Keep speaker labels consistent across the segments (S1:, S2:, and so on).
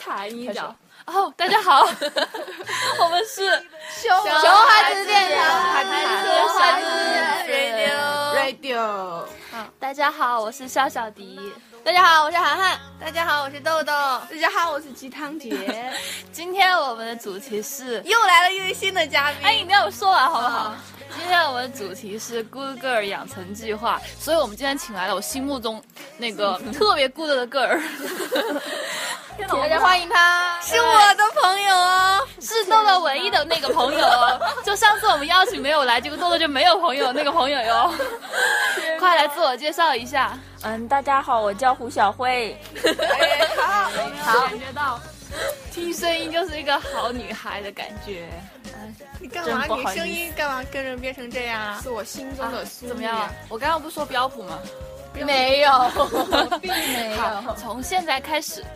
S1: 喊一脚。
S2: 哦，大家 好，我们是
S3: 熊
S1: 熊孩子电
S3: 台
S1: 台，
S2: 熊孩子电台
S3: radio，
S2: 大家好，我是肖小迪。
S1: 大家好，我是涵涵。
S2: 大家好，我是豆豆。
S3: 大家好，我是鸡汤姐，
S2: 今天我们的主题是，
S3: 又来了一位新的嘉宾。
S2: 哎，你让我说完好不好？
S1: 啊
S2: 今天我们的主题是 Good Girl 养成计划，所以我们今天请来了我心目中那 个特别 good 的 girl，
S1: 大家欢迎他。
S3: 是我的朋友哦，
S2: 是豆豆唯一的那个朋友哦。就上次我们邀请没有来，结果豆豆就没有朋友那个朋友哟。快来自我介绍一下。
S4: 嗯，大家好，我叫胡小慧。
S3: 哎
S2: 好，感觉到听声音就是一个好女孩的感觉。
S3: 你干嘛？
S4: 真不
S3: 你
S4: 好意思
S3: 声音干嘛跟人变成这样啊？
S1: 是我心中的苏
S2: 怎么样？啊我刚刚不是说标普吗？
S1: 没有，并没
S2: 好，。从现在开始，哎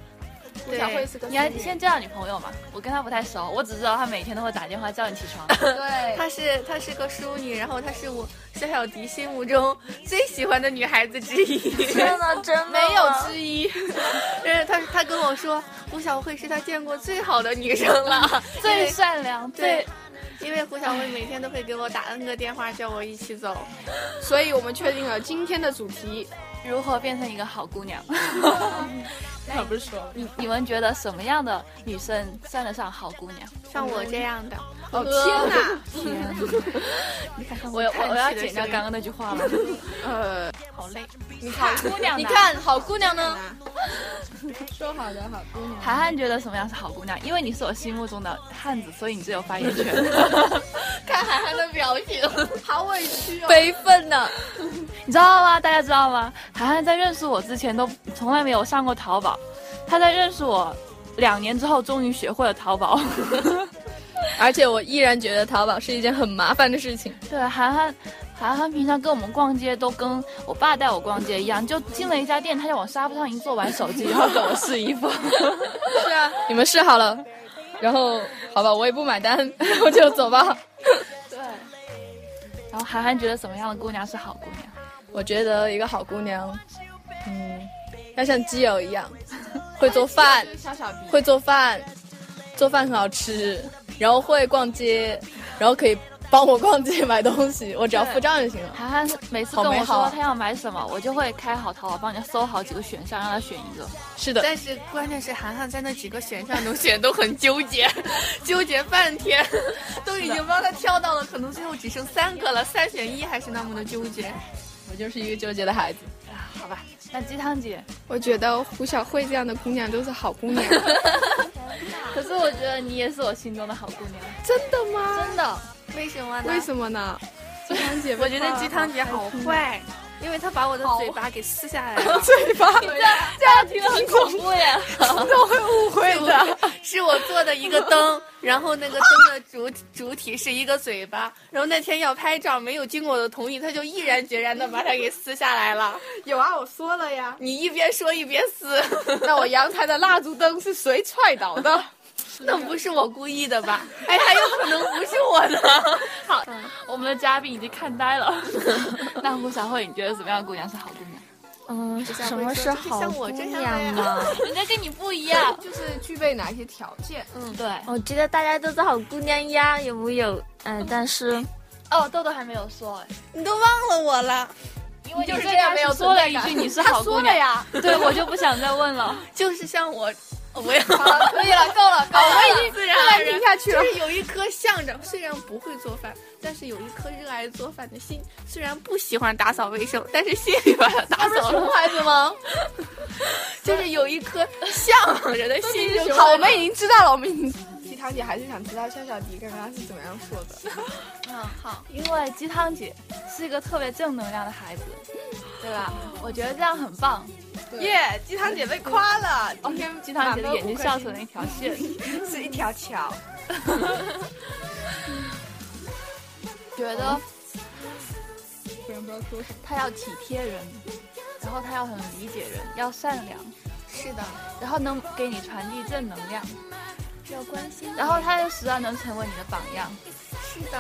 S1: 我想会是个
S2: 你还你
S1: 先
S2: 先介绍你朋友嘛？我跟他不太熟，我只知道他每天都会打电话叫你起床。
S1: 对
S3: 她是她是个淑女，然后她是我小小迪心目中最喜欢的女孩子之一。
S4: 真的，真的
S3: 没有
S1: 嗯
S3: 之一， 但是她她跟我说，胡小慧是她见过最好的女生了，
S2: 最善良，最
S3: 对，因为胡小慧每天都会给我打 N 个电话，叫我一起走。
S1: 所以我们确定了今天的主题。
S2: 如何变成一个好姑 娘？可不是说你你们觉得什么样的女生算得上好姑娘？
S3: 像我这样的，
S1: 哦天哪！
S2: 我我我要剪掉刚刚那句话了，
S1: 呃，
S2: 好累。
S1: 你 看，
S2: 姑娘呢
S1: 你看，好姑娘 呢？
S3: 说好的好姑娘，
S2: 涵涵觉得什么样是好姑娘？因为你是我心目中的汉子，所以你最有发言权。
S3: 看涵涵的表情，好委屈 哦。
S1: 悲愤呢？
S2: 你知道吗？大家知道吗？涵涵在认识我之前都 从来没有上过淘宝，她在认识我两年之后，终于学会了淘宝。
S1: 而且我依然觉得淘宝是一件很麻烦的事情。
S2: 对，涵涵，涵涵平常跟我们逛街都跟我爸带我逛街一样，就进了一家店，他就往沙发上一坐玩手机，然后给我 试衣服。
S1: 是啊，你们试好了，然后好吧，我也不买单，然后就走吧。
S2: 然后涵涵觉得什么样的姑娘是好姑娘？
S1: 我觉得一个好姑娘，嗯，要像基友一样，会做饭，
S3: 小小逼，
S1: 会做饭，做饭很好吃，然后会逛街，然后可以帮我逛街买东西，我只要付账就行了。
S2: 涵涵每次
S1: 好
S2: 跟
S1: 美
S2: 我
S1: 好
S2: 说
S1: 啊
S2: 她要买什么，我就会开好淘宝帮人家搜好几个选项，让她选一个。
S1: 是的，
S3: 但是关键是涵涵在那几个选项中选都很纠结， 纠结半天， 都已经帮她挑到了，可能最后只剩三个了，三选一还是那么的纠结。
S1: 我就是一个纠结的孩子。
S2: 啊，好吧，那鸡汤姐，
S5: 我觉得胡小慧这样的姑娘都是好姑娘，
S2: 可是我觉得你也是我心中的好姑娘。
S5: 真的吗？
S2: 真的，
S3: 为什么呢？
S5: 为什么呢？鸡汤姐，
S3: 我觉得鸡汤姐好坏，因为她把我的嘴巴给撕下 来了，
S2: 啊这样听得很恐怖耶。
S3: 会的，是我做的一个 灯，然后那个灯的主体主体是一个嘴巴，然后那天要拍照，没有经过我的同意，她就毅然决然的把它给撕下来了。
S5: 有啊，我说了呀。
S3: 你一边说一边撕，
S5: 那我阳台的蜡烛灯是谁踹倒的？
S3: 那不是我故意的吧？哎，还有可能不是我呢。
S2: 嗯我们的嘉宾已经看呆了。 那胡小慧，你觉得什么样的姑娘是好姑娘？
S4: 嗯，什么是好
S3: 像
S4: 姑
S3: 我这样
S4: 娘
S3: 的
S4: 呢？
S2: 啊人家跟你不一样。
S5: 就是具备哪些条件？
S2: 对。
S4: 哦我觉得大家都是好姑娘呀，有木有？嗯，但是
S2: 哦，豆豆还没有说哎，
S3: 你都忘了我了，
S2: 因为你
S1: 就是
S2: 最
S1: 这样
S2: 开
S1: 没有
S2: 始
S1: 存
S2: 说了
S1: 在
S2: 一
S1: 感
S2: 句你是好姑娘呀，对我就不想再 问了。
S3: 就是像我，我也。
S1: 可以了，够了，够 了。
S3: 我已经自然而然
S5: 听下去了
S3: 就是有一颗向着，虽然不会做饭，但是有一颗热爱做饭的心。虽然不喜欢打扫卫生，但是心里边打 扫了。
S1: 孩子 吗？
S3: 就是有一颗向往着的心。 就
S5: 好，我们已经知道了，我们已经。鸡汤姐还是想知道夏小迪刚刚是怎么样说的。
S2: 嗯，好，因为鸡汤姐是一个特别正能量的孩子，对吧？我觉得这样很棒。
S3: 耶，鸡汤姐被夸了，
S5: 今天
S2: 鸡汤姐的眼睛笑成了一条线。
S5: 是一条桥。
S2: 觉得他要体贴人，然后他要很理解人，要善良，
S3: 是的，
S2: 然后能给你传递正能量，
S3: 要关心
S2: 然后他又时而能成为你的榜样。
S3: 是的，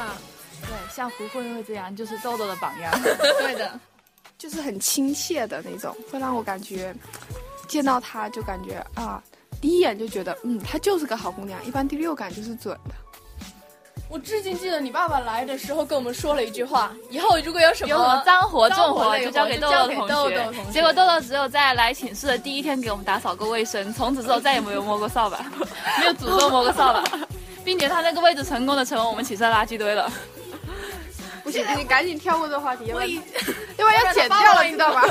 S2: 对，像胡慧慧这样就是豆豆的榜 样。
S3: 对的，
S5: 就是很亲切的那种，会让我感觉见到他就感觉啊，
S3: 第一眼就觉得，嗯，她就是个好姑娘。一般第六感就是准的。
S1: 我至今记得你爸爸来的时候跟我们说了一句话：以后如果有什
S2: 有什么
S1: 么，
S2: 脏活
S1: 脏
S2: 重
S1: 活
S2: 活
S1: 累
S2: 就
S1: 活
S2: 交给
S1: 就
S2: 豆
S1: 交
S2: 豆
S1: 给
S2: 同
S1: 豆
S2: 学
S1: 豆同。
S2: 结果豆豆只有在来寝室的第一天给我们打扫过卫生，从此之后再也没有摸过扫把， 没有主动摸过扫把，并且他那个位置成功的成为我们寝室的垃圾堆 了。
S3: 不行，你赶紧跳过这个话题，要不
S6: 我
S3: 然
S6: 已
S3: 要不然要剪掉 了，知道吧？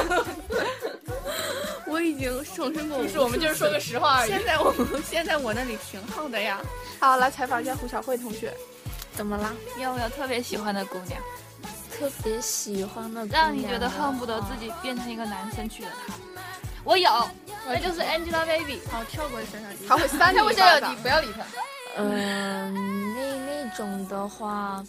S6: 我已经重生过无
S1: 就是
S6: 数
S1: 我们就是说个实话而已。
S6: 现在我现在我那里挺好的呀。
S3: 好，来采访一下胡小慧同学。
S4: 怎么啦？
S2: 你有没有特别喜欢的姑娘，
S4: 特别喜欢的，啊
S2: 让你觉得恨不得自己变成一个男生娶了她？我有，那就是 Angelababy。
S6: 好，跳过小小迪。
S3: 他会三
S1: 他
S3: 你
S1: 不
S3: 一
S1: 想
S3: 巴
S1: 要
S3: 掌
S1: 你，。不要理他。
S4: 嗯，那那种的话，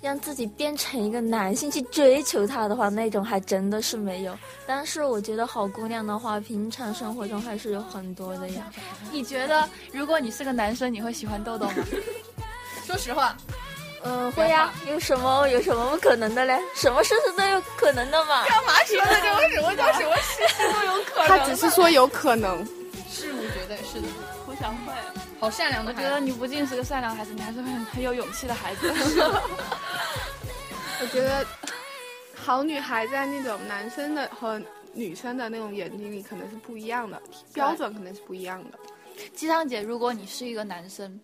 S4: 让自己变成一个男性去追求她的话，那种还真的是没有。但是我觉得好姑娘的话，平常生活中还是有很多的呀。
S2: 你觉得如果你是个男生，你会喜欢豆豆吗？
S1: 说实话，
S4: 嗯，会呀、有什么有什么不可能的嘞？什么事情都有可能的嘛。
S1: 啊
S3: 他只是说有可能。
S1: 是我觉得是的，
S2: 我想会。
S1: 好善良
S2: 我
S1: 的
S2: 觉
S1: 孩子
S2: 得。你不仅是个善良孩子，你还是很很有勇气的孩子。
S3: 我觉得，好女孩在那种男生的和女生的那种眼睛里可能是不一样的，标准可能是不一样的。
S2: 鸡汤姐，如果你是一个男生，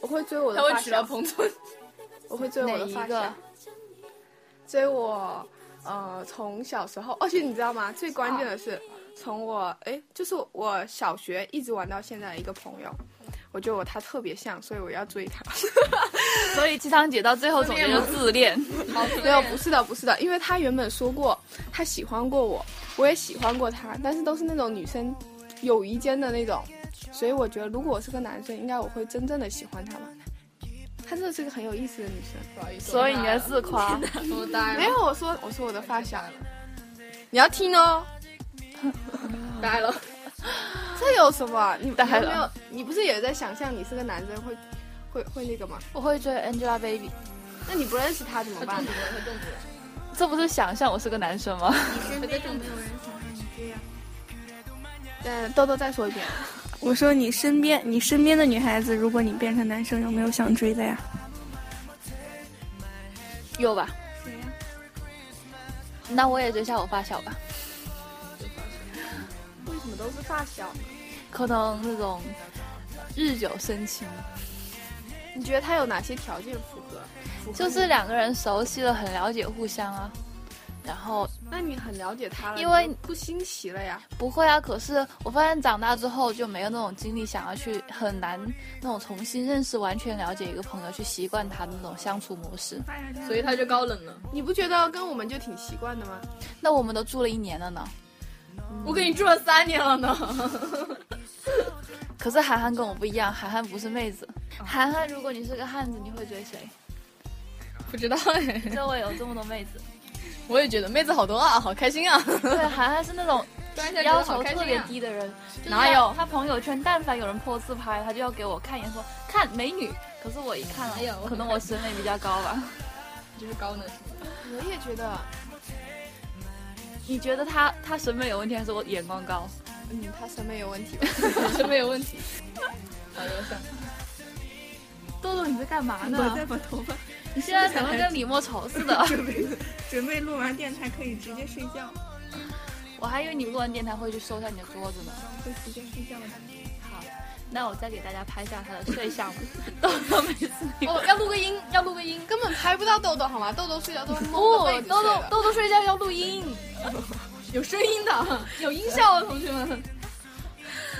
S3: 我会追我的
S1: 他会
S3: 发
S1: 娶到
S3: 小，
S1: 彭 总，
S3: 我会追我
S2: 哪
S3: 的
S2: 一
S3: 发
S2: 个
S3: 小，追我。呃，从小时候，而且你知道吗？最关键的是，从我哎，就是我小学一直玩到现在的一个朋友，我觉得我他特别像，所以我要追他。
S2: 所以鸡汤姐到最后总结就是自恋。
S3: 没有，不是的，不是的，因为他原本说过他喜欢过我，我也喜欢过他，但是都是那种女生友谊间的那种，所以我觉得如果我是个男生，应该我会真正的喜欢他吧。她真的是个很有意思的女生。
S1: 不好意思。
S2: 所以你的 自夸，
S1: 多呆，
S3: 没有，我说我说我的发小，你要听哦，
S1: 呆了。
S3: 这有什么？啊你你
S2: 当
S3: 有
S2: 然
S3: 没有
S2: 了？
S3: 你不是也在想象你是个男生会会会那个吗？
S2: 我会追 Angelababy。
S3: 那你不认识他怎么办？
S2: 这不是想象我是个男生吗？
S6: 你身边有没有人想让你这样？
S3: 嗯，豆豆再说一遍，
S7: 我说你身边，你身边的女孩子，如果你变成男生，有没有想追的呀？
S2: 有吧？那我也追下我发小吧，
S3: 为什么都是发小？
S2: 可能那种日久生情，
S3: 你觉得他有哪些条件符合？符合
S2: 就
S3: 你
S2: 是两个人熟悉了，很了解互相啊。然后
S3: 那你很了解他了，
S2: 因为
S3: 你就不新奇了呀。
S2: 不会啊，可是我发现长大之后就没有那种精力想要去很难那种重新认识、完全了解一个朋友，去习惯他的那种相处模式。
S1: 所以他就高冷了。
S3: 你不觉得跟我们就挺习惯的吗？
S2: 那我们都住了一年了呢，
S1: 我跟你住了三年了呢。
S2: 可是涵涵跟我不一样，涵涵不是妹子。
S1: 哦
S2: 涵涵，如果你是个汉子，你会追谁？
S1: 不知道哎，
S2: 周围有这么多妹子，
S1: 我也觉得妹子好多啊，好开心啊。
S2: 对，涵涵是那种
S1: 突然间觉
S2: 要
S1: 得好
S2: 求
S1: 开
S2: 特
S1: 心
S2: 别
S1: 啊。
S2: 低的人，就是
S1: 哪
S2: 要
S1: 有
S2: 他朋友圈但凡有人 po 自拍，他就要给我看一眼说看美女。可是我一看
S1: 哪有
S2: 了，可能我审美比较高吧。
S1: 就是高冷。
S3: 我也觉得，
S2: 你觉得他他审美有问题，还是我眼光高？
S3: 嗯，他审美有问题吧？
S1: 真没有问题。好的，算了。
S2: 豆豆，你在干嘛
S7: 我
S2: 呢？
S7: 在把头发
S2: 你现在怎么跟李莫愁似的？
S7: 准备准备录完电台可以直接睡觉，
S2: 我还以为你录完电台会去收一下你的桌子呢。
S7: 会直接睡觉的。
S2: 好，那我再给大家拍下他的睡相吧。豆豆每次你
S1: 哦，要录个音，要录个音。
S3: 根本拍不到豆豆好吗？豆豆睡觉都是
S1: 不
S3: 蒙着被，子
S1: 豆
S3: 睡
S1: 哦豆
S3: 的。
S1: 豆豆睡觉要录 音，有声音的，有音效的，同学们。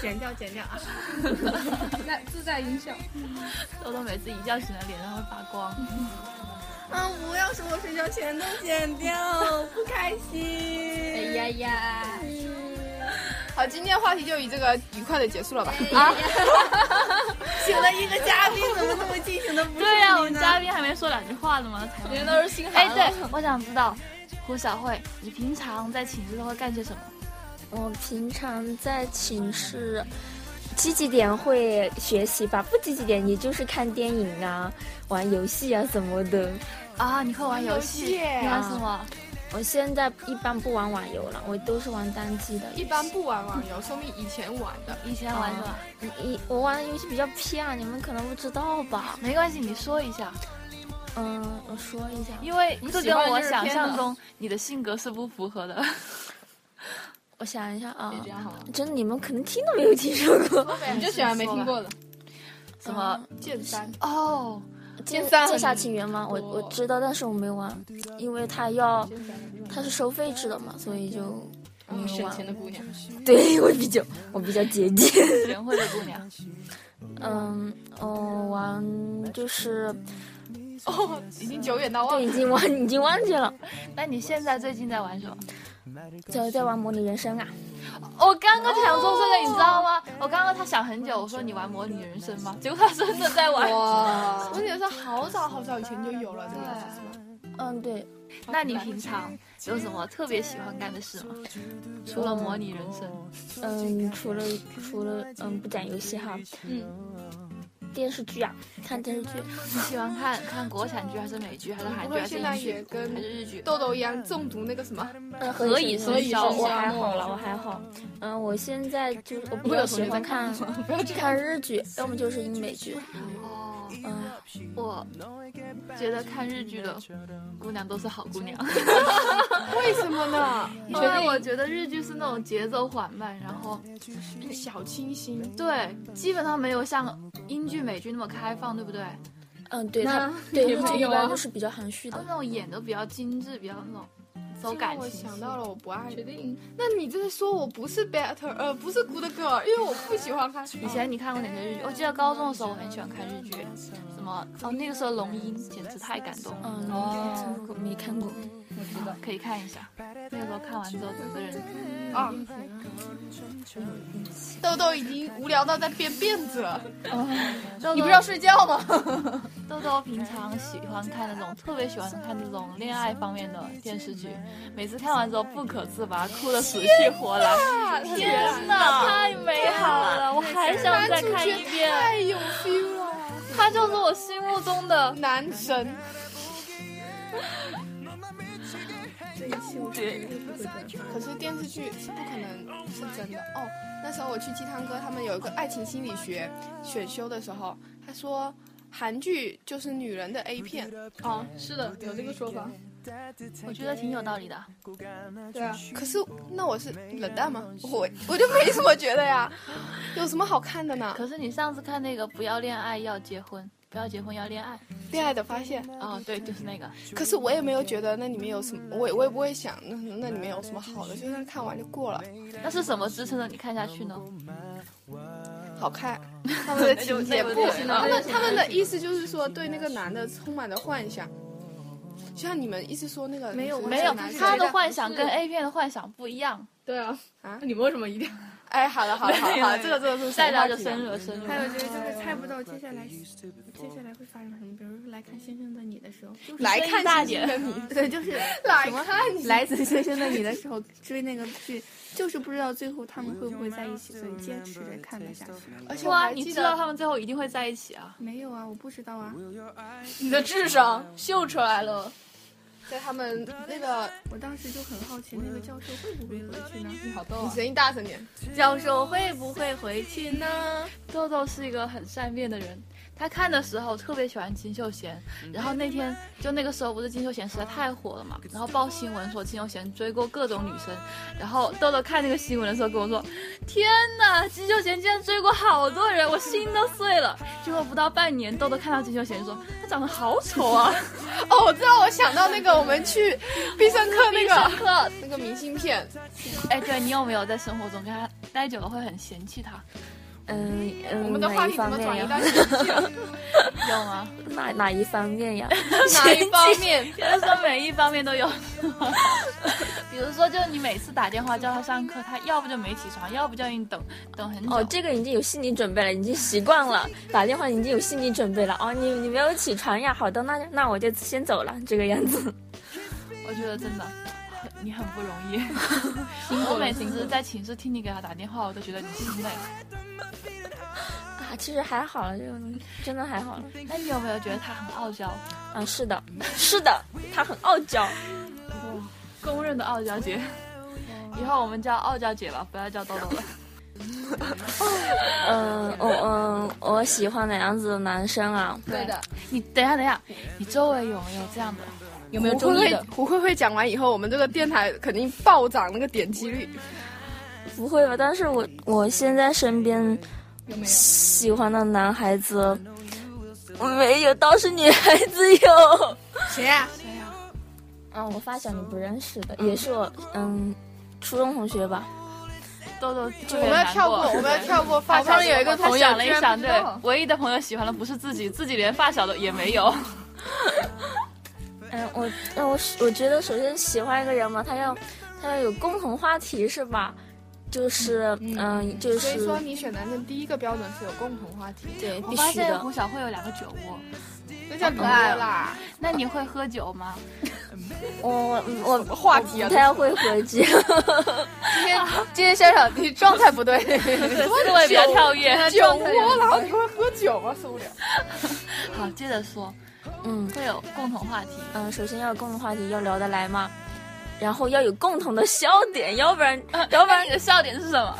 S7: 剪掉剪掉啊！
S1: 那自带音效。
S2: 豆豆每次一觉醒来脸上会发光。
S7: 啊，不要说我睡觉前都剪掉，不开心。
S1: 呀呀！
S3: 好，今天话题就以这个愉快的结束了吧？
S1: 哎
S7: 请了一个嘉宾，怎么这么进行的不
S2: 对啊呀、我
S7: 顺
S2: 们
S7: 利呢？
S2: 嘉宾还没说两句话呢吗？才
S1: 人都是心寒。
S2: 哎，对，，我想知道，胡小慧，你平常在寝室都会干些什么？
S4: 我平常在寝室，积极点会学习吧，不积极点也就是看电影啊、玩游戏啊什么的。
S2: 啊，你会玩游
S3: 玩游戏
S2: 你玩什么？
S4: 我现在一般不玩网游了，我都是玩单机的游戏。
S7: 一般不玩网游，说明以前玩的。
S2: 以前玩什么？
S4: 一嗯我玩的游戏比较偏啊，你们可能不知道吧？
S2: 没关系，你说一下，
S4: 嗯，我说一下，
S2: 因为这
S7: 喜
S2: 跟
S7: 欢
S2: 我
S7: 就是
S2: 想
S7: 偏
S2: 象
S7: 的
S2: 中你的性格是不符合的。
S4: 我想一下啊，
S7: 这样好了，
S4: 真的你们可能听都没有听说 过。嗯
S1: 你就喜欢没听过的。
S2: 什么？
S7: 剑三
S2: 哦，
S4: 剑
S7: 三
S4: 剑
S7: 很
S4: 下情缘吗？我我知道，但是我没玩，因为它要它是收费制的嘛，所以就没
S3: 嗯
S4: 有
S1: 省
S4: 玩。
S1: 钱的姑娘，
S4: 对我比较我比较节俭。
S2: 贤惠的姑娘，
S4: 嗯，哦，玩就是
S7: 哦，已经久远到忘
S4: 对，
S7: 了。
S4: 已经忘已经忘记了，
S2: 那你现在最近在玩什么？
S4: 就在玩模拟人生啊。
S2: 哦我刚刚就想说这个，你知道吗？我刚刚他想很久，我说你玩模拟人生吗？结果他真的在玩。
S1: 哇，
S7: 我觉得好早好早以前就有了这个游戏是吧，
S4: 嗯，对，
S2: 那你平常有什么特别喜欢干的事吗？除了模拟人生，
S4: 嗯，除了除了嗯不讲游戏哈，
S1: 嗯，
S4: 电视剧啊，看电视剧。
S2: 你喜欢看看国产剧还是美剧还是韩
S3: 不会
S2: 剧还是
S3: 现在
S2: 英
S3: 也
S2: 剧还
S3: 跟
S2: 是日剧？
S3: 豆豆一样中毒那个什么？
S4: 嗯，
S2: 何以
S4: 笙
S2: 笙箫
S4: 我还好了，我还好。嗯，我现在就是我比较喜欢看看日剧，要么就是英美剧。
S2: 哦，
S4: 嗯，
S2: 我觉得看日剧的姑娘都是好 姑娘，
S3: 为什么 呢？
S2: 因为我觉得日剧是那种节奏缓慢，然后
S3: 小清新，
S2: 对，基本上没有像英剧、美剧那么开放，对不对？
S4: 嗯，对，它 对日剧一般就是比较含蓄
S2: 他们
S4: 的。
S2: 那种演的比较精致，比较那种走感
S3: 我
S2: 情
S3: 想
S2: 戏。
S3: 到了，我不爱
S1: 决
S3: 你。
S1: 定
S3: 那你这是说我不是 better，呃，不是 good girl，因为我不喜欢看。
S2: 以前你看过哪些日剧？我记得高中的时候我很喜欢看日剧，什么哦，那个时候《龙樱》简直太感动了，
S4: 嗯，
S2: 哦
S4: 我没看过。嗯
S1: 我知
S7: 嗯
S1: 道。
S2: 可以看一下。那个时候看完之后，整个人
S3: 啊，豆豆已经无聊到在编辫子了。
S2: 豆
S7: 你
S2: 豆
S7: 不是要睡 觉吗？
S2: 豆豆平常喜欢看那种特别喜欢看那种恋爱方面的电视剧，每次看完之后不可自拔，哭得死去活来。天哪，太美好了，我还想再看一遍。
S3: 太有 feel 了，
S2: 他就是我心目中的
S3: 男神。
S2: 对
S3: 可是电视剧是不可能是真的哦。那时候我去鸡汤哥他们有一个爱情心理学选修的时候，他说韩剧就是女人的 A 片，
S1: 哦，是的，有这个说法。
S2: 我觉得挺有道理的。
S1: 对啊，
S3: 可是那我是冷淡吗？我我就没什么觉得呀，有什么好看的呢？
S2: 可是你上次看那个不要恋爱要结婚，不要结婚要恋爱，
S3: 恋爱的发现，
S2: 哦，对，就是那个。
S3: 可是我也没有觉得那里面有什么，我也我也不会想那那里面有什么好的，就算看完就过了，
S2: 那是什么支撑着你看下去呢？
S3: 好看。他们的情节
S2: 那
S3: 不
S2: 就那就
S3: 行，
S2: 行了
S3: 他
S2: 那
S3: 们
S2: 就行
S3: 他
S2: 了
S3: 们的意思就是说对那个男的充满了幻想，就像你们一直说那个
S1: 没有
S3: 就是
S2: 没有，
S3: 男生
S2: 他的
S1: 不
S2: 幻想
S1: 是
S2: 跟 A 片的幻想不一样。
S1: 对啊，
S3: 啊
S1: 你们为什么一定
S3: 哎，好了好了好了，好了，这个这个是
S2: 再聊就
S3: 深
S2: 深入了，深入
S7: 还
S2: 了。
S7: 有就是就是猜不到接下来接下来会发生什么，比如说来看《星星的你》的时候，就是
S3: 来
S2: 深
S3: 看
S2: 一大
S3: 星星
S2: 点
S3: 的你，
S7: 对， 就是来看来自星星的你的时候追那个剧，就是不知道最后他们会不会在一起，所以坚持着看了下去。
S3: 而且我
S2: 哇，
S3: 还
S2: 啊你
S3: 记
S2: 知道
S3: 得
S2: 他们最后一定会在一起啊？
S7: 没有啊，我不知道啊，
S1: 你的智商秀出来了？
S3: 在他们那个，
S7: 我当时就很好奇那个教授会不会回去呢？
S1: 好逗
S2: 哦
S3: 你
S1: 啊！
S3: 声音大声点。
S7: 教授会不会回去呢？
S2: 豆豆是一个很善变的人，他看的时候特别喜欢金秀贤，然后那天就那个时候不是金秀贤实在太火了嘛，然后报新闻说金秀贤追过各种女生，然后豆豆看那个新闻的时候跟我说，天哪，金秀贤竟然追过好多人，我心都碎了。结果不到半年，豆豆看到金秀贤说他长得好丑啊，
S3: 哦，我知道，我想到那个我们去必胜客那
S2: 上
S3: 个
S2: 课，
S3: 那个明信片，
S2: 哎，对你有没有在生活中跟他待久了会很嫌弃他？
S4: 嗯嗯，
S3: 我们的
S4: 哪
S3: 话
S4: 一
S3: 题怎
S4: 方
S3: 么
S4: 面
S3: 转移到
S4: 呀？
S6: 嗯
S2: 有吗？
S4: 哪哪一方 面呀？
S3: 哪一方面？
S2: 就是说每一方面都有。 比如说，就是你每次打电话叫他上课，他要不就没起床，要不就你等等很久。
S4: 哦，这个已经有心理准备了，已经习惯 了，打电话已经有心理准备了。哦，你你没有起床呀？好的，那就那我就先走了，这个样子。
S2: 我觉得真的。很你很不容易，我每次在寝室听你给他打电话，我都觉得你心累。
S4: 啊，其实还好了，这个东西真的还好了。
S2: 那你有
S4: 嗯
S2: 没有觉得他很傲娇？
S4: 啊，是的，是的，他很傲娇。
S2: 公认的傲娇姐。
S7: 哦
S2: 以后我们叫傲娇姐吧，不要叫豆豆了。
S4: 嗯，我嗯，我喜欢哪样子的男生啊？
S2: 对的，你等一下，等一下，你周围有没有这样的？
S1: 有没有
S3: 胡
S1: 中
S3: 慧
S1: 意
S3: 慧
S1: 的？
S3: 胡慧慧讲完以后，我们这个电台肯定暴涨那个点击率。
S4: 不会吧？但是我我现在身边
S1: 有没有？
S4: 喜欢的男孩子没有，倒是女孩子有。
S6: 谁啊呀、
S4: 嗯，我发小你不认识的，也是我嗯初中同学吧。
S2: 豆豆特
S6: 我
S2: 别
S6: 们要
S2: 难
S6: 跳过，我们要跳过。发
S2: 发
S6: 小
S2: 小有一个朋友，
S6: 想
S2: 了一想，对，唯一的朋友喜欢的不是自己，自己连发小都也没 有。
S4: 嗯，我那我我觉得首先喜欢一个人嘛，他要他要有共同话题是吧？就是嗯就
S3: 所以
S4: 是
S3: 说，你选男生第一个标准是有共同话题，
S4: 对
S2: 我
S4: 必
S2: 发
S4: 须
S2: 现
S4: 的
S2: 红。小慧有两个酒窝，
S3: 这叫可爱啦。
S2: 那你会喝酒吗？
S4: 我我我
S3: 话题啊
S4: 不，太会回击。
S3: 今天今天现场你状态不对，
S2: 对，思维比较跳跃。
S3: 酒窝，然后你会喝酒吗？受不了。
S2: 好，接着说，
S4: 嗯
S2: 会有共同 话题。
S4: 嗯，首先要有共同话题，要聊得来嘛，然后要有共同的笑点，要不然
S2: 要不然你的笑点是什 么？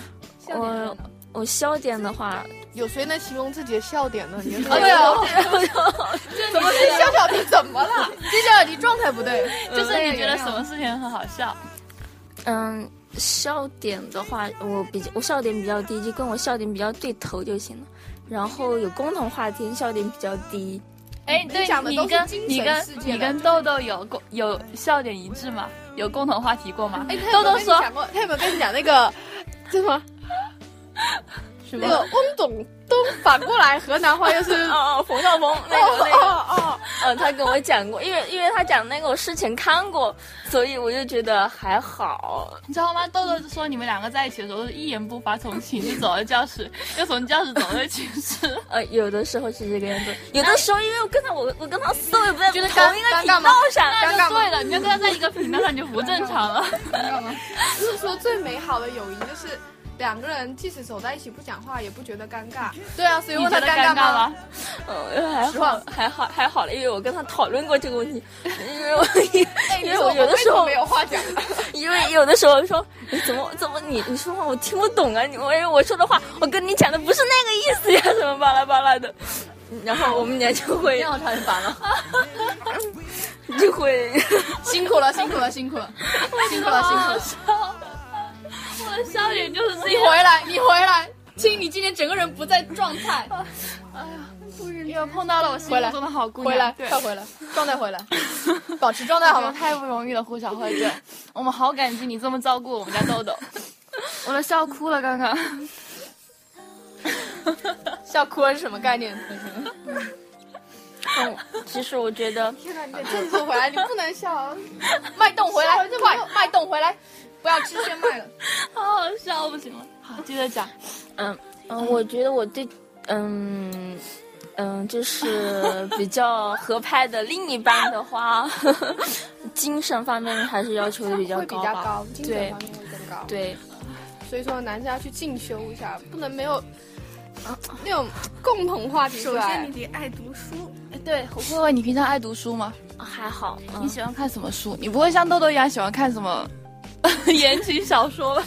S4: 我我笑点的话，
S6: 有谁能形容自己的笑点呢？你
S3: 对啊，
S2: 哦
S3: 怎么这小小题怎么了？ 这小小题状态不对，
S2: 就是你觉得什么事情很好笑？
S4: 嗯，笑点的话，我比较我笑点比较低，就跟我笑点比较对头就行了。然后有共同话题，笑点比较低，
S2: 哎，对
S3: 你讲的
S2: 你
S3: 都是
S2: 跟
S3: 精神
S2: 你跟
S3: 世界的
S2: 你跟豆豆有共有笑点一致吗？有共同话题过吗？
S3: 哎，
S2: 豆豆说，
S3: 过，他有没有跟你讲那个 叫什么？
S2: 什
S3: 那个翁董东反过来，河南话又是
S4: 哦哦，冯绍峰那个那个，
S3: 哦
S4: 嗯，他跟我讲过，因为因为他讲那个我事前看过，所以我就觉得还好。
S2: 你知道吗？豆豆说你们两个在一起的时候是一言不发，从寝室走到教室，又从教室走回寝室，
S4: 呃，有的时候是这个样子，有的时候因为我跟他我我跟他思维不在同
S2: 得
S4: 一个频道上，
S2: 那就对了，你就跟他在一个频道上就不正常了。
S3: 哦，就是说最美好的友谊就是两个人即使走在一起不讲话也不觉得尴尬。
S6: 对啊，所以
S2: 你
S6: 问
S2: 觉
S6: 他
S2: 得
S6: 尬
S2: 尴尬
S6: 吗？
S2: 吗？
S4: 嗯，还好，还好，还好了，因为我跟他讨论过这个问题，因为我
S3: 哎
S4: 因为我有的时候
S3: 没有话讲，啊
S4: 因为有的时候说你怎么怎么你你说话我听不懂啊，你我我说的话我跟你讲的不是那个意思呀，什么巴拉巴拉的，然后我们俩就会
S2: 好讨厌烦了，
S4: 就会
S3: 辛苦了，辛苦了，辛苦了，辛苦了，辛苦了。
S2: 我的笑点就是这
S3: 你
S2: 样。
S3: 回来，你回来，亲，你今天整个人不在状 态，
S2: 哎又碰到了我心目中的好姑娘，
S3: 回来，
S2: 对
S3: 快回来，状态回来，保持状态好
S2: 我
S3: 吗？
S2: 太不容易了，胡小慧，对我们好感激你这么照顾我们家豆豆，我都笑哭了刚刚。
S3: 笑哭了是什么概念？
S4: 嗯，其实我觉得
S3: 振作回来，你不能笑， 脉动回来，快，脉动回来，不要吃炫 迈了。
S2: 好好笑，不行了。好，接着讲。
S4: 嗯嗯，我觉得我对嗯。嗯，就是比较合拍的另一半的话， 精神方面还是要求的比较
S3: 会比
S4: 高
S3: 较
S4: 吧。
S3: 高，精神
S4: 对
S3: 方面会更高。
S4: 对，
S3: 所以说男生要去进修一下，不能没有、啊那种共同话题出
S7: 首先
S3: 来
S7: 你。得爱读书，
S2: 哎，对，慧慧，你平常爱读书吗？
S4: 还好。
S2: 你
S4: 嗯、
S2: 喜欢看什么书？你不会像豆豆一样喜欢看什么言情小说吧？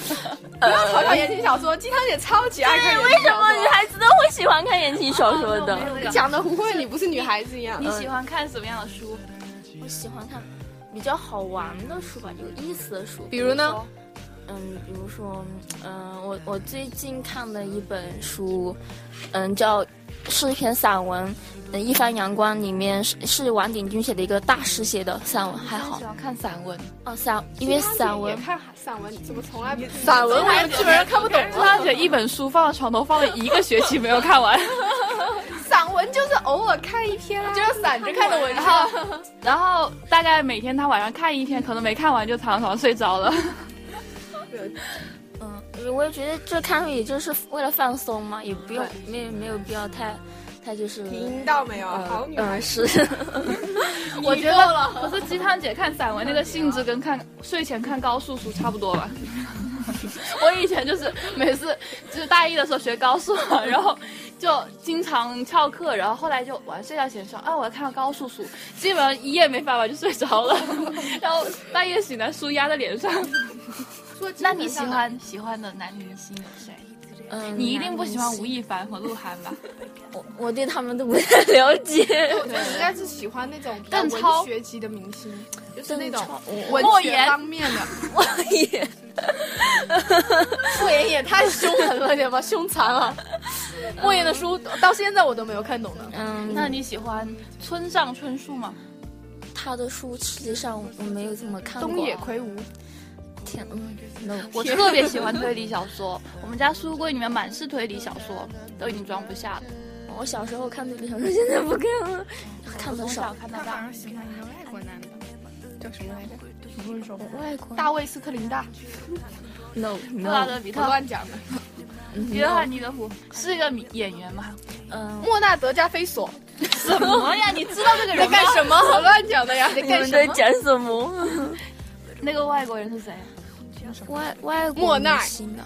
S3: 不要嘲笑言情小说，鸡汤姐超级爱看言情
S4: 为什
S3: 小
S4: 么女
S3: 说。
S4: 孩子都会喜欢看言情小说的？
S3: 讲的不会，你不是女孩子一样
S2: 你。喜欢看什么样的书？
S4: 我喜欢看比较好玩的书吧，有意思的书。
S3: 比如呢？
S4: 嗯，比如说，嗯、我我最近看的一本书，嗯，叫是一篇散文，嗯，一番阳光里面是是王鼎钧写的一个大师写的散文，还好
S2: 喜。欢看散文。
S4: 哦，散，因为散
S3: 也
S4: 文，
S3: 看散文，你怎么从来不散文？我基本上看不懂。
S2: 他写一本书放在床头放了一个学期没有看完，
S3: 散文就是偶尔看一篇啦，啊就是散着看的文
S2: 啊然
S3: 章。
S2: 后 然后大概每天他晚上看一篇，可能没看完就躺在床上睡着 了。
S4: 嗯，我也觉得这看书也就是为了放松嘛，也不用没有没有必要太太就是。
S3: 听到没有
S4: 呃
S3: 好女
S4: 嗯，
S3: 孩，
S4: 是，
S2: 我觉得可是鸡汤姐看散文那个性质跟看睡前看高数书差不多 吧。我以前就是每次就是大一的时候学高数嘛，然后就经常翘课，然后后来就晚上睡觉前说啊，我要看到高叔叔，基本上一夜没翻完就睡 着了，然后半夜醒来书压在脸上。那你喜欢喜欢的男女明星有谁？
S4: 嗯，
S2: 你一定不喜欢吴亦凡和鹿晗 吧？
S4: 我，我对他们都不太了解。
S3: 我觉得你应该是喜欢那种比较
S2: 邓超
S3: 文学级的明星，就是那种
S4: 我
S3: 文
S2: 莫
S3: 学
S2: 言
S3: 方面 的。
S4: 我也
S1: 莫言也太凶狠了点吧，凶残了。莫言的书到现在我都没有看懂呢。
S4: 嗯，
S2: 那你喜欢村上春树吗？
S4: 他的书实际上我没有怎么看过。啊
S3: 东野圭吾，
S4: 天，嗯，no，
S2: 我特别喜欢推理小说，我们家书柜里面满是推理小说，都已经装不下了。
S4: 我小时候看推理小说，现在不看了，看
S2: 从
S4: 的
S2: 小
S4: 少。
S2: 看到
S7: 他
S2: 大
S7: 反，而喜欢一个外国男的，叫什么来着？
S4: 外国
S3: 大卫斯科林大，
S4: no
S2: 布拉
S4: no，
S2: 德比
S3: 我
S2: 特、
S3: 乱讲的。
S2: 约翰尼德普是一个演员吗？
S4: 嗯，
S3: 莫纳德加菲索，
S2: 什么呀？你知道这个人 吗？
S3: 什么？我乱讲的呀！
S4: 你们在讲什么？
S2: 那个外国人是谁？啊
S4: 外外国
S3: 莫奈
S4: 明星啊，